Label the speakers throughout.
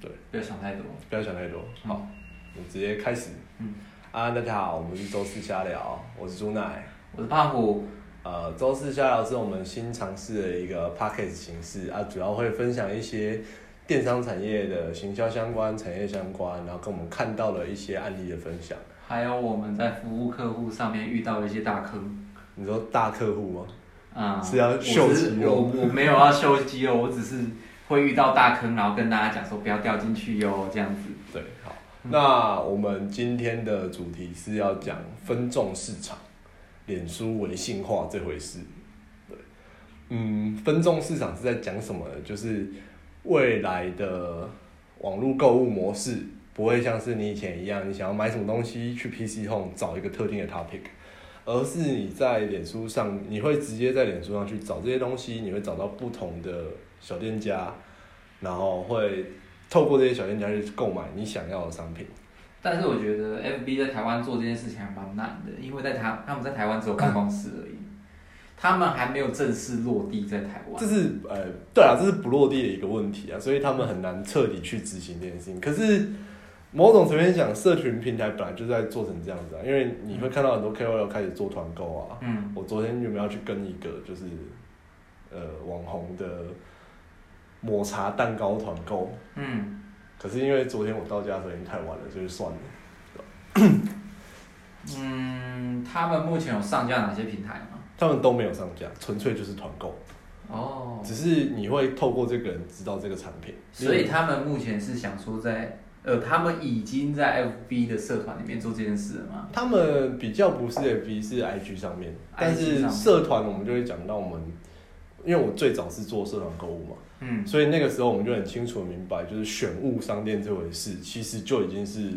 Speaker 1: 对，
Speaker 2: 不要想太多。
Speaker 1: 不要想太多，好，我们直接开始。
Speaker 2: 嗯，
Speaker 1: 啊，大家好，我们是周四瞎聊，我是朱奈。
Speaker 2: 我是胖虎，
Speaker 1: 呃，周四瞎聊是我们新尝试的一个 p a c k a g e 形式啊，主要会分享一些电商产业的行销相关、产业相关，然后跟我们看到的一些案例的分享。
Speaker 2: 还有我们在服务客户上面遇到的一些大坑
Speaker 1: 你说大客户吗？
Speaker 2: 啊、
Speaker 1: 是要
Speaker 2: 我只
Speaker 1: 秀肌肉
Speaker 2: 我我没有要秀肌肉，我只是会遇到大坑，然后跟大家讲说不要掉进去哟，这样子。
Speaker 1: 对，好，那我们今天的主题是要讲分众市场、脸书微信化这回事。对，嗯，分众市场是在讲什么呢？就是未来的网络购物模式不会像是你以前一样，你想要买什么东西去 PC Home 找一个特定的 topic。而是你在脸书上，你会直接在脸书上去找这些东西，你会找到不同的小店家，然后会透过这些小店家去购买你想要的商品。
Speaker 2: 但是我觉得 FB 在台湾做这件事情还蛮难的，因为在台他们在台湾只有办公室而已，他们还没有正式落地在台湾
Speaker 1: 这。是呃，对啊，这是不落地的一个问题啊，所以他们很难彻底去执行这件事情。可是某种层面讲，社群平台本来就在做成这样子啊，因为你会看到很多 KOL 开始做团购啊。
Speaker 2: 嗯，
Speaker 1: 我昨天有没有要去跟一个就是呃网红的抹茶蛋糕团购？
Speaker 2: 嗯，
Speaker 1: 可是因为昨天我到家的时候已经太晚了，所以就算了。
Speaker 2: 嗯，他们目前有上架哪些平台吗？
Speaker 1: 他们都没有上架，纯粹就是团购，
Speaker 2: 哦，
Speaker 1: 只是你会透过这个人知道这个产品。
Speaker 2: 所以他们目前是想说在，呃，他们已经在 FB 的社团里面做这件事了吗？
Speaker 1: 他们比较不是 FB 是 IG 上面，
Speaker 2: IG
Speaker 1: 但
Speaker 2: 上
Speaker 1: 是
Speaker 2: 面
Speaker 1: 社团我们就会讲到我们，因为我最早是做社团购物嘛，
Speaker 2: 嗯，
Speaker 1: 所以那个时候我们就很清楚地明白，就是选物商店这回事，其实就已经是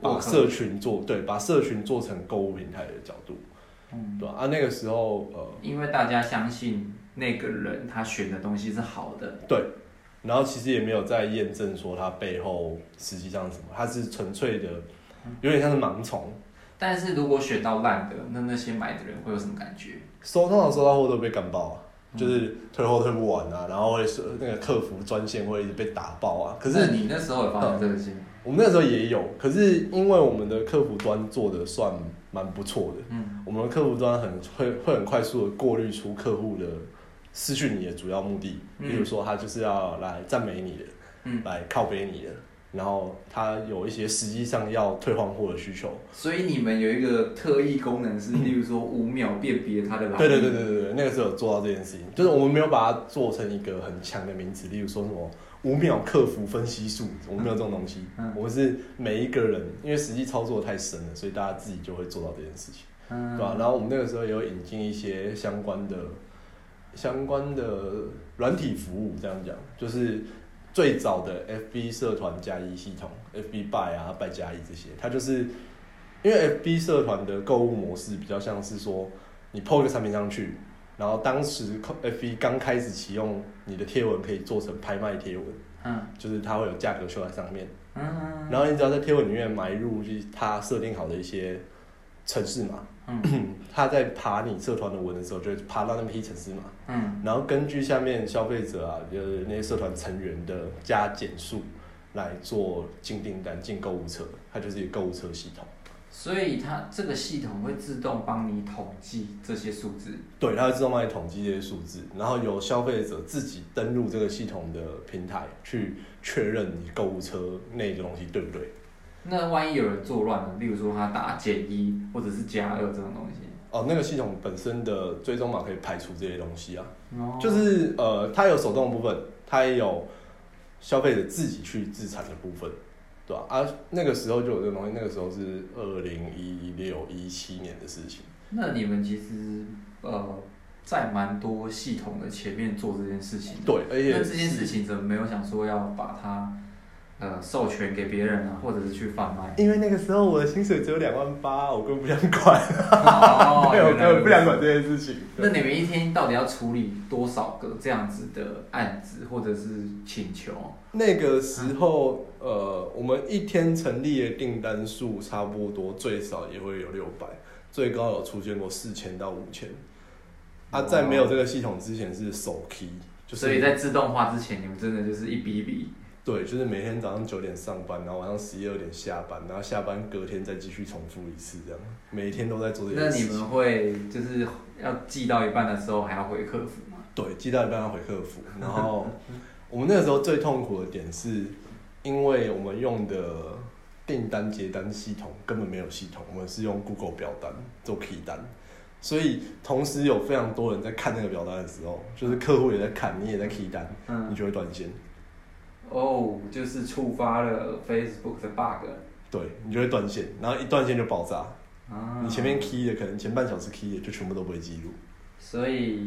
Speaker 1: 把
Speaker 2: 网购
Speaker 1: 社群做对，把社群做成购物平台的角度，
Speaker 2: 嗯
Speaker 1: 对吧、啊？那个时候呃，
Speaker 2: 因为大家相信那个人他选的东西是好的，
Speaker 1: 然后其实也没有在验证说它背后实际上是什么，它是纯粹的，有点像是盲从，
Speaker 2: 但是如果选到烂的，那那些买的人会有什么感觉？
Speaker 1: 收通常收到货都被干爆啊，就是退货退不完啊，然后会是那个客服专线会一直被打爆啊。可
Speaker 2: 那
Speaker 1: 是
Speaker 2: 你那时候有发生这个事情？
Speaker 1: 我们那时候也有，可是因为我们的客服端做的算蛮不错的，
Speaker 2: 嗯，
Speaker 1: 我们的客服端很会会很快速的过滤出客户的失去你的主要目的，
Speaker 2: 嗯
Speaker 1: 比如说他就是要来赞美你的，
Speaker 2: 嗯，
Speaker 1: 来靠背你的，然后他有一些实际上要退换货的需求，
Speaker 2: 所以你们有一个特异功能是，例如说五秒辨别他的来
Speaker 1: 嗯对
Speaker 2: 历
Speaker 1: 对对对对对，那个时候有做到这件事情，就是我们没有把它做成一个很强的名词，例如说什么五秒客服分析术，我们没有这种东西。
Speaker 2: 嗯
Speaker 1: 我们是每一个人，因为实际操作太深了，所以大家自己就会做到这件事情，对吧、
Speaker 2: 嗯，
Speaker 1: 然后我们那个时候也有引进一些相关的、相关的软体服务，这样讲，就是最早的 FB 社团加一系统，FB Buy 啊、Buy 加一这些，它就是因为 FB 社团的购物模式比较像是说，你 PO 一个产品上去，然后当时 FB 刚开始启用，你的贴文可以做成拍卖贴文，
Speaker 2: 嗯
Speaker 1: 就是它会有价格秀在上面，
Speaker 2: 嗯
Speaker 1: 然后你只要在贴文里面埋入就是它设定好的一些城市码， 它在爬你社团的文的时候，就会爬到那批城市码，
Speaker 2: 嗯
Speaker 1: 然后根据下面消费者啊，就是那些社团成员的加减数来做进订单、进购物车，它就是一个购物车系统。
Speaker 2: 所以它这个系统会自动帮你统计这些数字。
Speaker 1: 对，它会自动帮你统计这些数字，然后由消费者自己登录这个系统的平台去确认你购物车内的东西对不对。
Speaker 2: 那万一有人作乱了，例如说他打减一或者是加二这种东西，
Speaker 1: 哦，那个系统本身的追踪码可以排除这些东西啊，
Speaker 2: 哦
Speaker 1: 就是呃，它有手动的部分，它也有消费者自己去自产的部分，对吧、啊？那个时候就有这个东西，那个时候是二零一六一七年的事情。
Speaker 2: 那你们其实呃在蛮多系统的前面做这件事情。
Speaker 1: 对，而且
Speaker 2: 那这件
Speaker 1: 是
Speaker 2: 事情怎么没有想说要把它呃授权给别人啊，或者是去贩 卖？
Speaker 1: 因为那个时候我的薪水只有两万八，我根本不想管，
Speaker 2: 哦
Speaker 1: 对，我
Speaker 2: 原
Speaker 1: 根
Speaker 2: 来如此
Speaker 1: 本不想管这件事情。
Speaker 2: 那你们一天到底要处理多少个这样子的案子或者是请求？
Speaker 1: 那个时候，呃，我们一天成立的订单数差不多最少也会有六百，最高有出现过四千到五千。啊，在没有这个系统之前是手 key，就是
Speaker 2: 所以在自动化之前，你们真的就是一笔一笔
Speaker 1: 对，就是每天早上九点上班，然后晚上十一二点下班，然后下班隔天再继续重复一次，这样每天都在做这
Speaker 2: 那
Speaker 1: 件
Speaker 2: 你
Speaker 1: 事情。
Speaker 2: 们会就是要寄到一半的时候还要回客服吗？
Speaker 1: 对，寄到一半要回客服，然后我们那个时候最痛苦的点是，因为我们用的订单结单系统根本没有系统，我们是用 Google 表单做 key 单，所以同时有非常多人在看那个表单的时候，就是客户也在看，你也在 key 单，你
Speaker 2: 嗯，
Speaker 1: 就会断线。
Speaker 2: 哦，就是触发了 Facebook 的 bug
Speaker 1: 对，你就会断线，然后一断线就爆炸。
Speaker 2: 啊。
Speaker 1: 你前面 key 的可能前半小时 key 的就全部都不会记录。
Speaker 2: 所以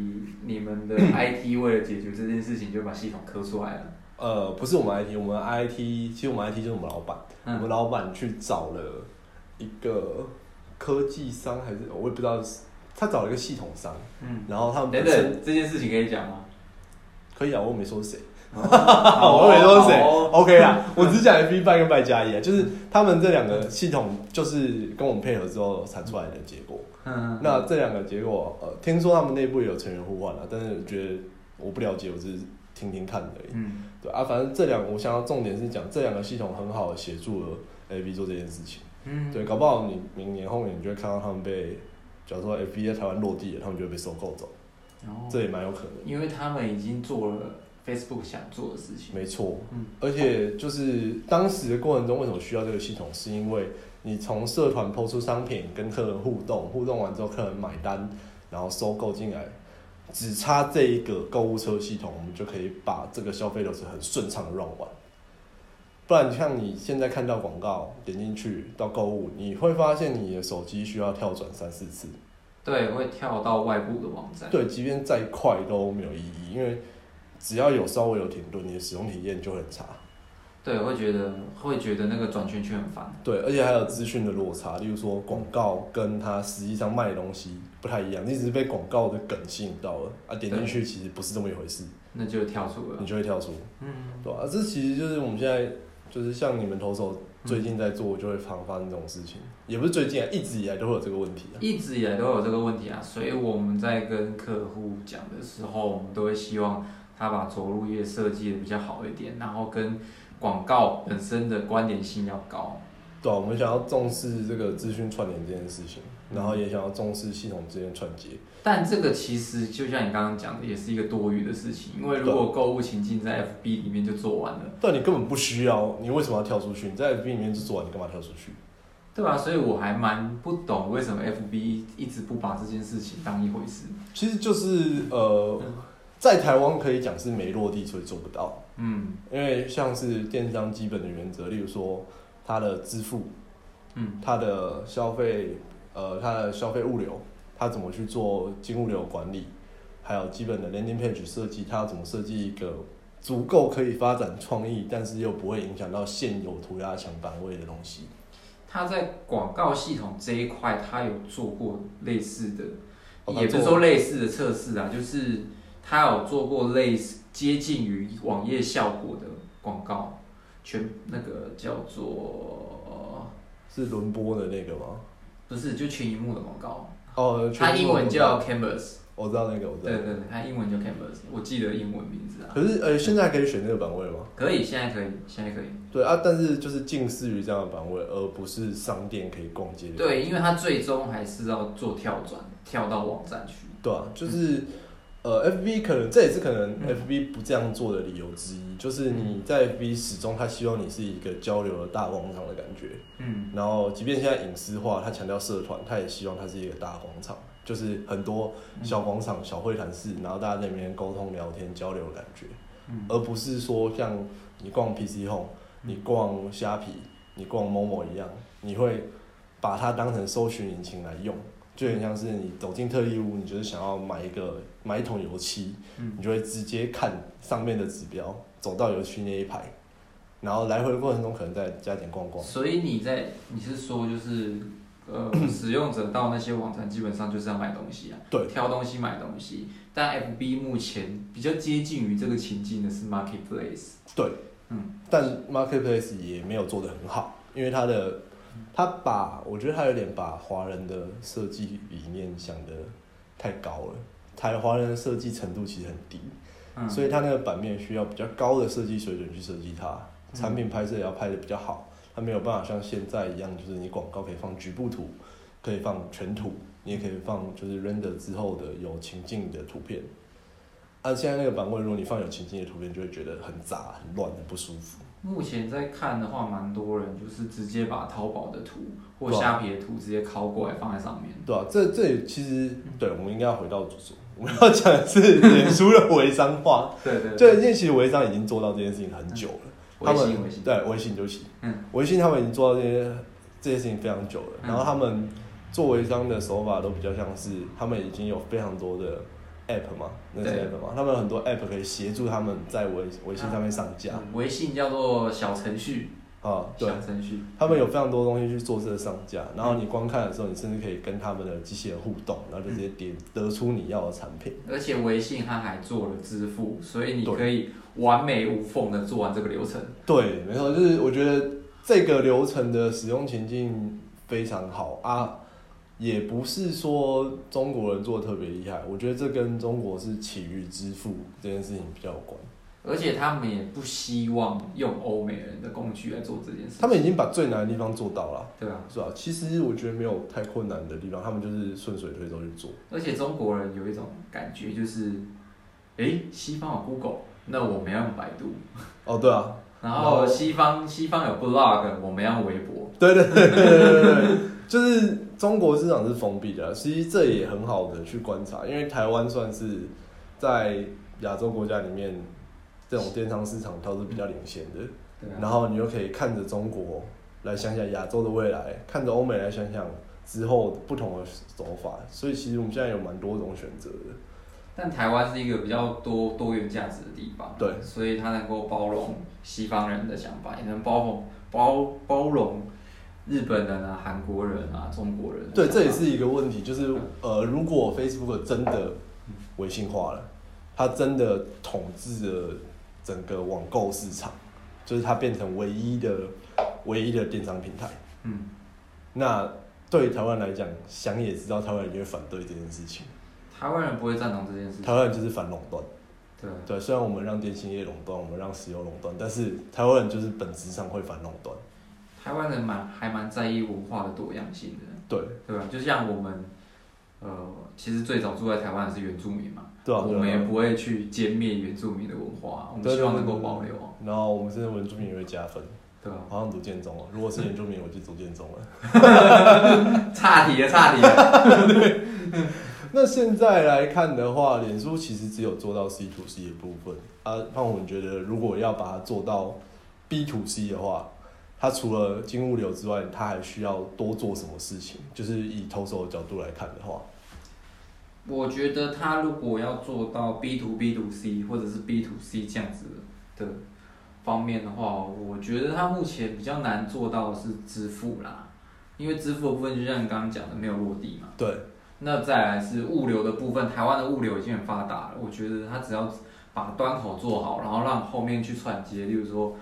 Speaker 2: 你们 的 IT 为了解决这件事情，就把系统刻出来了。
Speaker 1: 呃，不是我们 IT，我们 IT 其实我们 IT 就是我们老板，我们
Speaker 2: 嗯，
Speaker 1: 老板去找了一个科技商还是我也不知道是，他找了一个系统商，
Speaker 2: 嗯
Speaker 1: 然后他们
Speaker 2: 等
Speaker 1: 本身
Speaker 2: 等，这件事情可以讲 吗？
Speaker 1: 可以啊，我没说是谁，
Speaker 2: 好
Speaker 1: 我没说是谁
Speaker 2: 好哦
Speaker 1: ，OK 啊，我只讲 FB 半跟败加一啊，就是他们这两个系统就是跟我们配合之后产出来的结果。
Speaker 2: 嗯，
Speaker 1: 那这两个结果，呃，听说他们内部也有成员互换了、但是我觉得我不了解，我只是听听看而已。
Speaker 2: 嗯，
Speaker 1: 对啊，反正这两我想要重点是讲这两个系统很好的协助了 A B 做这件事情。
Speaker 2: 嗯，
Speaker 1: 对，搞不好你明年后年你就会看到他们被，假如说 F B 在台湾落地了，他们就会被收购走，
Speaker 2: 哦
Speaker 1: 这也蛮有可能。
Speaker 2: 因为他们已经做了 Facebook 想做的事情。
Speaker 1: 没错，
Speaker 2: 嗯
Speaker 1: 而且就是当时的过程中为什么需要这个系统，是因为你从社团抛出商品，跟客人互动，互动完之后客人买单，然后收购进来，只差这一个购物车系统，我们就可以把这个消费流程很顺畅的 run 完。不然像你现在看到广告点进去到购物，你会发现你的手机需要跳转三四次。
Speaker 2: 对，会跳到外部的网站。
Speaker 1: 对，即便再快都没有意义，因为只要有稍微有停顿，你的使用体验就会很差。
Speaker 2: 对，会觉得会觉得那个转圈圈很烦。
Speaker 1: 对，而且还有资讯的落差，例如说广告跟它实际上卖的东西不太一样，你只是被广告的梗吸引到了啊，点进去其实不是这么一回事，
Speaker 2: 那就跳出了
Speaker 1: 你。就会跳出，
Speaker 2: 嗯，
Speaker 1: 对吧、啊？这其实就是我们现在就是像你们投手最近在做，就会常发生这种事情，也不是最近啊，一直以来都会有这个问题啊。
Speaker 2: 一直以来都有这个问题啊，所以我们在跟客户讲的时候，我们都会希望他把着陆页设计的比较好一点，然后跟广告本身的关联性要高。
Speaker 1: 对啊、我们想要重视这个资讯串联这件事情，然后也想要重视系统之间的串接。
Speaker 2: 但这个其实就像你刚刚讲的，也是一个多余的事情，因为如果购物情境在 FB 里面就做完了。
Speaker 1: 但你根本不需要，你为什么要跳出去？你在 FB 里面就做完，你干嘛跳出去？
Speaker 2: 对啊，所以我还蛮不懂为什么 FB 一直不把这件事情当一回事。
Speaker 1: 其实就是呃，在台湾可以讲是没落地，所以做不到。
Speaker 2: 嗯
Speaker 1: 因为像是电商基本的原则，例如说它的支付、
Speaker 2: 嗯
Speaker 1: 它的消费、呃它的消费物流，它怎么去做金物流管理，还有基本的 landing page 设计，它要怎么设计一个足够可以发展创意，但是又不会影响到现有涂鸦墙版位的东西。
Speaker 2: 他在广告系统这一块，他有做过类似的，
Speaker 1: 哦他
Speaker 2: 也不是
Speaker 1: 做
Speaker 2: 说类似的测试啊，就是他有做过类似接近于网页效果的广告，全那个叫做
Speaker 1: 是轮播的那个吗？
Speaker 2: 不是就全荧幕的广告，
Speaker 1: 哦，
Speaker 2: 它
Speaker 1: 全部
Speaker 2: 英
Speaker 1: 我
Speaker 2: 文
Speaker 1: 知道
Speaker 2: 叫 Canvas，
Speaker 1: 我知道那个，我知道
Speaker 2: 对。对对，它英文叫 Canvas，我记得英文名字啊，
Speaker 1: 可是呃，现在可以选这个版位吗？
Speaker 2: 可以，现在可以，现在可以。
Speaker 1: 对啊，但是就是近似于这样的版位，而不是商店可以逛街的。
Speaker 2: 对，因为它最终还是要做跳转，跳到网站去。
Speaker 1: 对啊，就是、呃，FB 可能这也是可能
Speaker 2: 嗯
Speaker 1: FB 不这样做的理由之一，就是你在 FB 始终他希望你是一个交流的大广场的感觉。
Speaker 2: 嗯，
Speaker 1: 然后，即便现在隐私化，他强调社团，他也希望它是一个大广场，就是很多
Speaker 2: 嗯
Speaker 1: 小广场、小会谈室，然后大家在里面沟通、聊天、交流的感觉，
Speaker 2: 嗯
Speaker 1: 而不是说像你逛 PC Home、你逛虾皮、你逛某某一样，你会把它当成搜寻引擎来用，就很像是你走进特例屋，你就是想要买一个买一桶油漆，
Speaker 2: 嗯
Speaker 1: 你就会直接看上面的指标，走到油漆那一排，然后来回过程中可能再加点逛逛。
Speaker 2: 所以你在你是说就是 呃，使用者到那些网站基本上就是要买东西啊，
Speaker 1: 对
Speaker 2: 挑东西买东西。但 FB 目前比较接近于这个情境的是 Marketplace，
Speaker 1: 对，
Speaker 2: 嗯，
Speaker 1: 但 marketplace 也没有做得很好，因为它的它把我觉得它有点把华人的设计理念想的太高了，台华人的设计程度其实很低，
Speaker 2: 嗯，
Speaker 1: 所以它那个版面需要比较高的设计水准去设计它，产品拍摄也要拍的比较好，它没有办法像现在一样，就是你广告可以放局部图，可以放全图，你也可以放就是 render 之后的有情境的图片。按、现在那个版位，如果你放有情境的图片，就会觉得很杂、很乱、很不舒服。
Speaker 2: 目前在看的话，蛮多人就是直接把淘宝的图或
Speaker 1: 对啊
Speaker 2: 虾皮的图直接拷过来放在上面。
Speaker 1: 对啊，这这也其实对，我们应该要回到主轴，我们要讲的是脸书的微商化。
Speaker 2: 对对
Speaker 1: 对，因为其实微商已经做到这件事情很久了。他
Speaker 2: 微
Speaker 1: 们
Speaker 2: 信微信。
Speaker 1: 对微啊信就行，
Speaker 2: 嗯，
Speaker 1: 微信他们已经做到这些这些事情非常久了。
Speaker 2: 嗯
Speaker 1: 然后他们做微商的手法都比较像是他们已经有非常多的 app 嘛，那是
Speaker 2: 对
Speaker 1: app 嘛，他们有很多 app 可以协助他们在微微信上面上架
Speaker 2: 嗯微信叫做小程序，
Speaker 1: 啊，对，
Speaker 2: 小程序。
Speaker 1: 他们有非常多东西去做这个上架。然
Speaker 2: 嗯
Speaker 1: 后你观看的时候，你甚至可以跟他们的机器人互动，然后就直接点得出你要的产品。
Speaker 2: 而且微信它还做了支付，所以你
Speaker 1: 对
Speaker 2: 可以完美无缝的做完这个流程。
Speaker 1: 对，没错，就是我觉得这个流程的使用情境非常好啊，也不是说中国人做的特别厉害，我觉得这跟中国是起于支付这件事情比较有关。
Speaker 2: 而且他们也不希望用欧美人的工具来做这件事情，
Speaker 1: 他们已经把最难的地方做到了，
Speaker 2: 对吧、
Speaker 1: 是吧？其实我觉得没有太困难的地方，他们就是顺水推舟去做。
Speaker 2: 而且中国人有一种感觉就是，诶，西方有 Google，那我们要用百度，
Speaker 1: 哦，对啊，
Speaker 2: 然
Speaker 1: 然后
Speaker 2: 后西方西方有 blog，我们要用微博，
Speaker 1: 对对对对对对对，就是中国市场是封闭的，啊其实这也很好的去观察，因为台湾算是在亚洲国家里面这种电商市场它是比较领先的，
Speaker 2: 对啊，
Speaker 1: 然后你又可以看着中国来想想亚洲的未来，看着欧美来想想之后不同的走法，所以其实我们现在有蛮多种选择的，
Speaker 2: 但台湾是一个比较多多元价值的地方，
Speaker 1: 对，
Speaker 2: 所以它能够包容西方人的想法，也能包容包包容日本人啊、韩国人啊、中国人的
Speaker 1: 对，
Speaker 2: 想
Speaker 1: 这也
Speaker 2: 法
Speaker 1: 是一个问题，就是呃，如果 Facebook 真的微信化了，它真的统治了整个网购市场，就是它变成唯一的唯一的电商平台。
Speaker 2: 嗯，
Speaker 1: 那对台湾来讲，想也知道台湾人就会反对这件事情，
Speaker 2: 台湾人不会赞同这件事
Speaker 1: 台
Speaker 2: 情，
Speaker 1: 湾人就是反垄断。
Speaker 2: 对啊，
Speaker 1: 对，虽然我们让电信业垄断，我们让石油垄断，但是台湾人就是本质上会反垄断。
Speaker 2: 台湾人蛮还蛮在意文化的多样性的，
Speaker 1: 对，
Speaker 2: 对吧、就像我们，呃，其实最早住在台湾的是原住民嘛，
Speaker 1: 对啊，
Speaker 2: 我
Speaker 1: 对
Speaker 2: 们也
Speaker 1: 啊。
Speaker 2: 不会去歼灭原住民的文化，我们
Speaker 1: 对
Speaker 2: 希望
Speaker 1: 对
Speaker 2: 能
Speaker 1: 对
Speaker 2: 够
Speaker 1: 对
Speaker 2: 保留啊，
Speaker 1: 然后我们甚至原住民也会加分，
Speaker 2: 对吧、
Speaker 1: 好像读建中哦。如果是原住民，我就读建中了。
Speaker 2: 差题了，差题了，
Speaker 1: 那现在来看的话，脸书其实只有做到 C to C 的部分啊。那我们觉得，如果要把它做到 B to C 的话，它除了金物流之外，它还需要多做什么事情？就是以投手的角度来看的话，
Speaker 2: 我觉得他如果要做到 B to B to C 或者是 B to C 这样子的方面的话，我觉得他目前比较难做到的是支付啦，因为支付的部分就像你刚刚讲的没有落地嘛。
Speaker 1: 对
Speaker 2: 那再来是物流的部分，台湾的物流已经很发达了，我觉得它只要把端口做好，然后让后面去串接，例如说，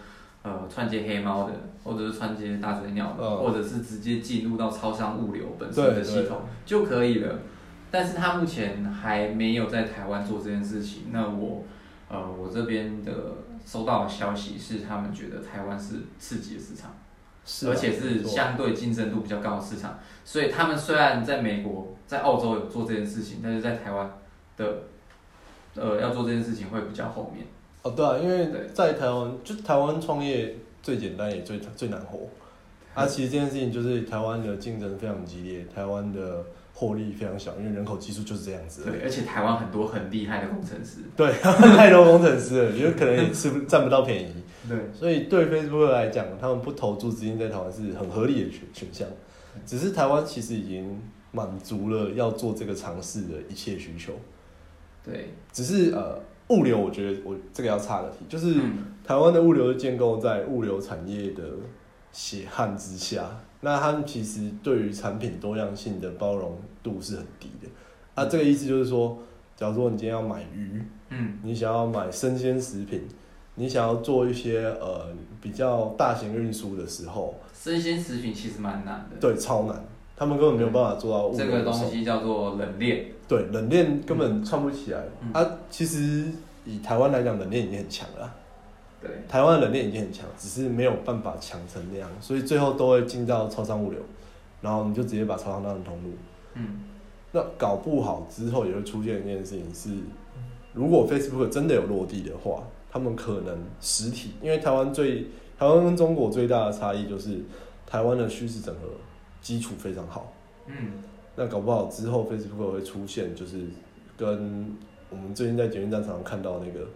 Speaker 2: 呃，串接黑猫的，或者是串接大嘴鸟的，
Speaker 1: 嗯
Speaker 2: 或者是直接进入到超商物流本身
Speaker 1: 对
Speaker 2: 的系统就可以了。但是它目前还没有在台湾做这件事情。那我，呃，我这边的收到的消息是，他们觉得台湾是刺激的市场。
Speaker 1: 是啊
Speaker 2: 而且是
Speaker 1: 没错
Speaker 2: 相对竞争度比较高的市场，所以他们虽然在美国、在澳洲有做这件事情，但是在台湾的，呃，要做这件事情会比较后面。
Speaker 1: 哦，对啊，因为
Speaker 2: 对
Speaker 1: 在台湾，就台湾创业最简单也最最难活。啊，其实这件事情就是台湾的竞争非常激烈，台湾的获利非常小，因为人口基数就是这样子。
Speaker 2: 对，而且台湾很多很厉害的工程师。
Speaker 1: 对， 太多工程师了，有可能也吃不占不到便宜。
Speaker 2: 对，
Speaker 1: 所以对 Facebook 来讲，他们不投注资金在台湾是很合理的选选项。只是台湾其实已经满足了要做这个尝试的一切需求。
Speaker 2: 对，
Speaker 1: 只是呃，物流我觉得我这个要插个题，就是
Speaker 2: 嗯
Speaker 1: 台湾的物流建构在物流产业的血汗之下，那他们其实对于产品多样性的包容度是很低的。啊，这个意思就是说，假如说你今天要买鱼，
Speaker 2: 嗯，
Speaker 1: 你想要买生鲜食品，你想要做一些呃比较大型运输的时候，
Speaker 2: 生鲜食品其实蛮难的，
Speaker 1: 对，超难，他们根本没有办法做到物流
Speaker 2: 这个东
Speaker 1: 手
Speaker 2: 西叫做冷链。
Speaker 1: 对，冷链根本串不起来。
Speaker 2: 嗯
Speaker 1: 啊，其实以台湾来讲，冷链已经很强了啊。
Speaker 2: 对，
Speaker 1: 台湾的冷链已经很强，只是没有办法强成那样，所以最后都会进到超商物流，然后你就直接把超商当成通路。
Speaker 2: 嗯，
Speaker 1: 那搞不好之后也会出现一件事情是，如果 Facebook 真的有落地的话，他们可能实体，因为台湾最台湾跟中国最大的差异就是台湾的虚实整合基础非常好。
Speaker 2: 嗯，
Speaker 1: 那搞不好之后 Facebook 会出现，就是跟我们最近在捷运站常常看到那个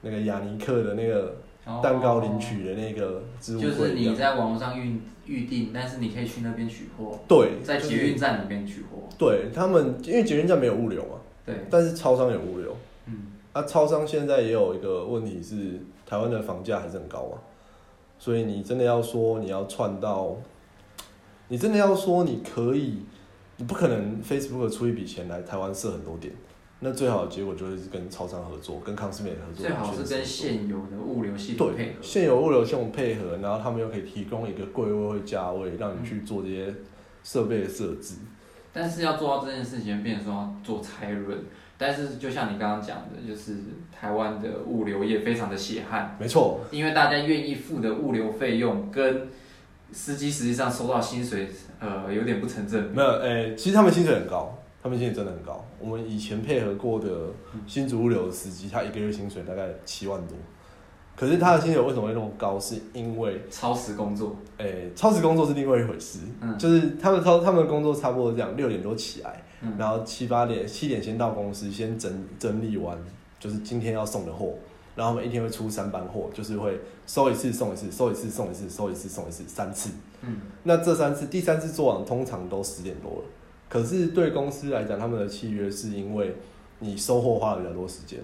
Speaker 1: 那个雅尼克的那个
Speaker 2: 然后
Speaker 1: 蛋糕领取的那个置物柜
Speaker 2: 哦就
Speaker 1: 一样，
Speaker 2: 是你在网络上预预定，但是你可以去那边取货，
Speaker 1: 对
Speaker 2: 在
Speaker 1: 就是
Speaker 2: 捷运站里面取货。
Speaker 1: 对他们，因为捷运站没有物流嘛，
Speaker 2: 对，
Speaker 1: 但是超商有物流。
Speaker 2: 嗯，
Speaker 1: 啊，超商现在也有一个问题是，台湾的房价还是很高嘛，所以你真的要说你要串到，你真的要说你可以，你不可能 Facebook 出一笔钱来台湾设很多点，那最好的结果就是跟超商合作，跟康斯美合作，
Speaker 2: 最好是跟现有的物流系统配合
Speaker 1: 对。现有物流系统配合，然后他们又可以提供一个柜位价位，让你去
Speaker 2: 嗯
Speaker 1: 做这些设备的设置。
Speaker 2: 但是要做到这件事情，变成说要做拆润。但是就像你刚刚讲的，就是台湾的物流业非常的血汗，
Speaker 1: 没错，
Speaker 2: 因为大家愿意付的物流费用跟司机实际上收到薪水，呃，有点不成正比
Speaker 1: 没。有，诶、呃其实他们薪水很高，他们薪水真的很高。我们以前配合过的新竹物流的司机，他一个月薪水大概七万多，可是他的薪水为什么会那么高？是因为，
Speaker 2: 超时工作，
Speaker 1: 诶、超时工作是另外一回事，
Speaker 2: 嗯
Speaker 1: 就是他们超他们的工作差不多这样，六点多起来，
Speaker 2: 嗯
Speaker 1: 然后七八点七点先到公司，先整整理完，就是今天要送的货。然后他们一天会出三班货，就是会收一次送一次，收一次送一次，收一次送一次，三次。
Speaker 2: 嗯，
Speaker 1: 那这三次，第三次做完通常都十点多了。可是对公司来讲，他们的契约是因为你收货花了比较多时间，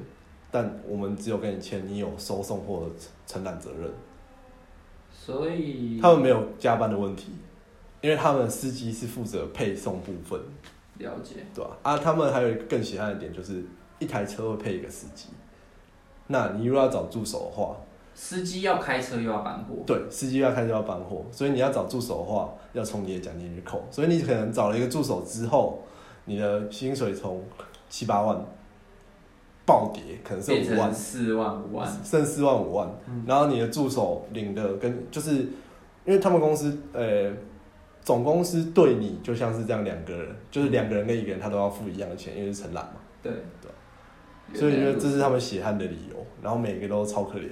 Speaker 1: 但我们只有跟你签你有收送货的承担责任，
Speaker 2: 所以
Speaker 1: 他们没有加班的问题，因为他们司机是负责配送部分，
Speaker 2: 了解，
Speaker 1: 对吧、啊？他们还有一个更喜欢的点就是一台车会配一个司机，那你如果要找助手的话，
Speaker 2: 司机要开车又要搬货，
Speaker 1: 对，司机要开始要搬货，所以你要找助手的话，要从你的奖金去扣。所以你可能找了一个助手之后，你的薪水从七八万暴跌，可能是
Speaker 2: 变
Speaker 1: 五万
Speaker 2: 成，四万五万，
Speaker 1: 剩四万五万
Speaker 2: 嗯。
Speaker 1: 然后你的助手领的跟就是，因为他们公司呃，总公司对你就像是这样两个人，就是两个人跟一个人他都要付一样的钱，因为是承揽嘛。
Speaker 2: 对
Speaker 1: 所以
Speaker 2: 原
Speaker 1: 就
Speaker 2: 来
Speaker 1: 这是他们血汗的理由，然后每个都超可怜，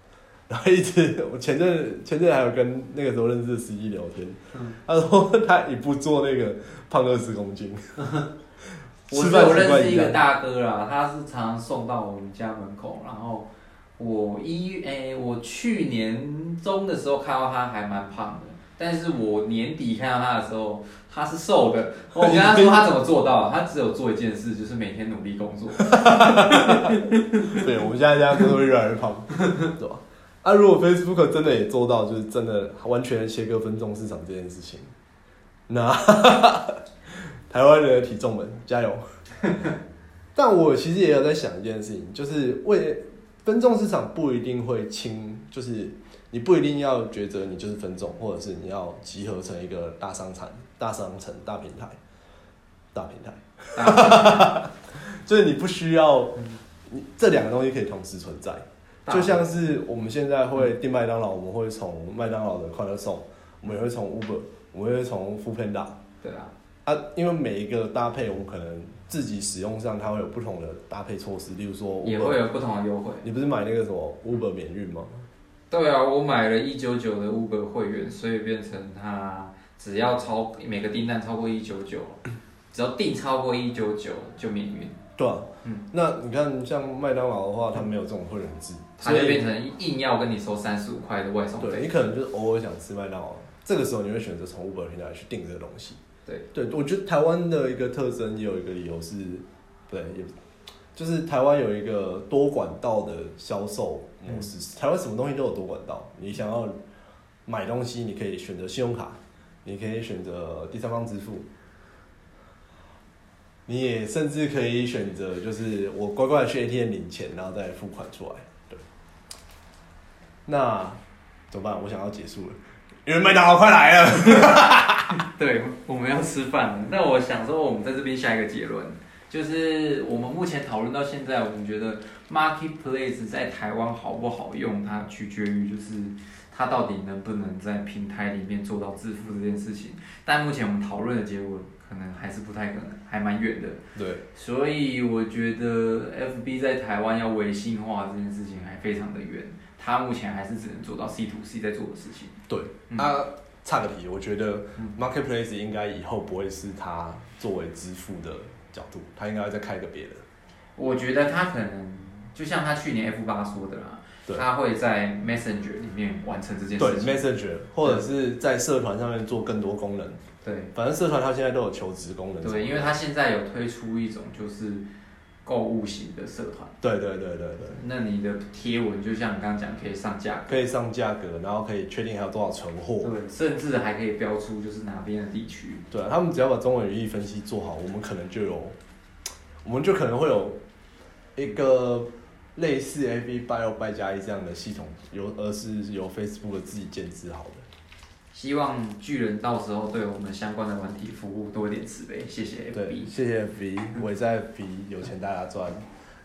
Speaker 1: 然后一直我前阵前阵还有跟那个时候认识的司机聊天，
Speaker 2: 嗯
Speaker 1: 他说他一步做那个胖二十公斤，
Speaker 2: 我
Speaker 1: 吃
Speaker 2: 是
Speaker 1: 饭
Speaker 2: 有
Speaker 1: 习惯
Speaker 2: 认识
Speaker 1: 一
Speaker 2: 一个
Speaker 1: 样，
Speaker 2: 大哥啦，他是常常送到我们家门口，然后我一诶、我去年中的时候看到他还蛮胖的，但是我年底看到他的时候，他是瘦 的。我跟他说他怎么做到的，他只有做一件事，就是每天努力工作。
Speaker 1: 对，我们现在这样都会越来越胖， 对吧？啊，如果 Facebook 真的也做到，就是真的完全切割分众市场这件事情，那 台湾人的体重们加 油！但我其实也有在想一件事情，就是为分众市场不一定会清，就是你不一定要抉择你就是分众，或者是你要集合成一个大商场、大商城、大平台、大平台， 就是你不需要你这两个东西可以同时存在。
Speaker 2: 大
Speaker 1: 就像是我们现在会订麦当劳，我们会从麦当劳的快乐送，我们也会从 Uber，我们也会从 Food Panda
Speaker 2: 对啊，
Speaker 1: 啊，因为每一个搭配，我们可能自己使用上它会有不同的搭配措施，例如说
Speaker 2: 也
Speaker 1: Uber，
Speaker 2: 会有不同的优惠。
Speaker 1: 你不是买那个什么 Uber 免运吗？
Speaker 2: 对啊，我买了一九九的 Uber 会员，所以变成他只要超每个订单超过一九九，只要订超过一九九就免运。
Speaker 1: 对啊，
Speaker 2: 嗯
Speaker 1: 那你看像麦当劳的话，它没有这种会员制，
Speaker 2: 他
Speaker 1: 所
Speaker 2: 就
Speaker 1: 以
Speaker 2: 变成硬要跟你收三十五块的外送
Speaker 1: 对
Speaker 2: 费。
Speaker 1: 你可能就是偶尔想吃麦当劳，这个时候你会选择从 Uber 平台去订这个东西。
Speaker 2: 对，
Speaker 1: 对，我觉得台湾的一个特征也有一个理由是，对，也就是台湾有一个多管道的销售模式。
Speaker 2: 嗯
Speaker 1: 台湾什么东西都有多管道，你想要买东西，你可以选择信用卡，你可以选择第三方支付，你也甚至可以选择就是我乖乖地去 ATM 领钱，然后再付款出来。对，那怎么办？我想要结束了，因为麦当劳快来了。
Speaker 2: 对，我们要吃饭了。那我想说，我们在这边下一个结论，就是我们目前讨论到现在，我们觉得 marketplace 在台湾好不好用，它取决于就是它到底能不能在平台里面做到自付这件事情。但目前我们讨论的结果可能还是不太可能，还蛮远的。
Speaker 1: 对，
Speaker 2: 所以我觉得 FB 在台湾要微信化这件事情还非常的远，它目前还是只能做到 C to C 在做的事情。嗯
Speaker 1: 啊，差个题，我觉得
Speaker 2: 嗯
Speaker 1: marketplace 应该以后不会是它作为支付的角度，它应该要再开一个别的。
Speaker 2: 我觉得他可能就像他去年 F 八说的啦
Speaker 1: 对，
Speaker 2: 他会在 Messenger 里面完成这件
Speaker 1: 对
Speaker 2: 事情。
Speaker 1: ，Messenger 或者是在社团上面做更多功能，
Speaker 2: 对
Speaker 1: 反正社团它现在都有求职功能。
Speaker 2: 对，因为他现在有推出一种就是购物型的社团，
Speaker 1: 对对对对对，
Speaker 2: 那你的贴文就像你刚刚讲，可以上架格，
Speaker 1: 可以上价格，然后可以确定还有多少存货。
Speaker 2: 对，甚至还可以标出就是哪边的地区。
Speaker 1: 对啊，他们只要把中文语义分析做好，我们可能就有，我们就可能会有一个类似 A B Bio by 加一这样的系统，由而是由 Facebook 自己建制好的。
Speaker 2: 希望巨人到时候对我们相关的软体服务多一点慈悲，谢谢 FB
Speaker 1: 对，。谢谢 V，我也在 V，有钱大家赚。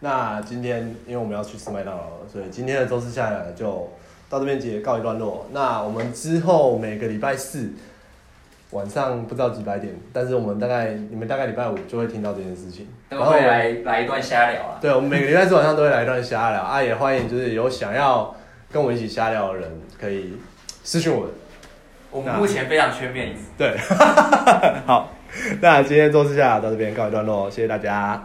Speaker 1: 那今天因为我们要去吃麦当劳了，所以今天的周四下来就到这边结告一段落。那我们之后每个礼拜四晚上不知道几百点，但是我们大概你们大概礼拜五就会听到这件事情。
Speaker 2: 等
Speaker 1: 然
Speaker 2: 会
Speaker 1: 后
Speaker 2: 来来一段瞎聊啊。
Speaker 1: 对，我们每个礼拜四晚上都会来一段瞎聊啊，也欢迎就是有想要跟我们一起瞎聊的人可以私信我们。
Speaker 2: 我们
Speaker 1: 那
Speaker 2: 目前非常缺面子。
Speaker 1: 对，好，那今天周四下来到这边告一段落，谢谢大家。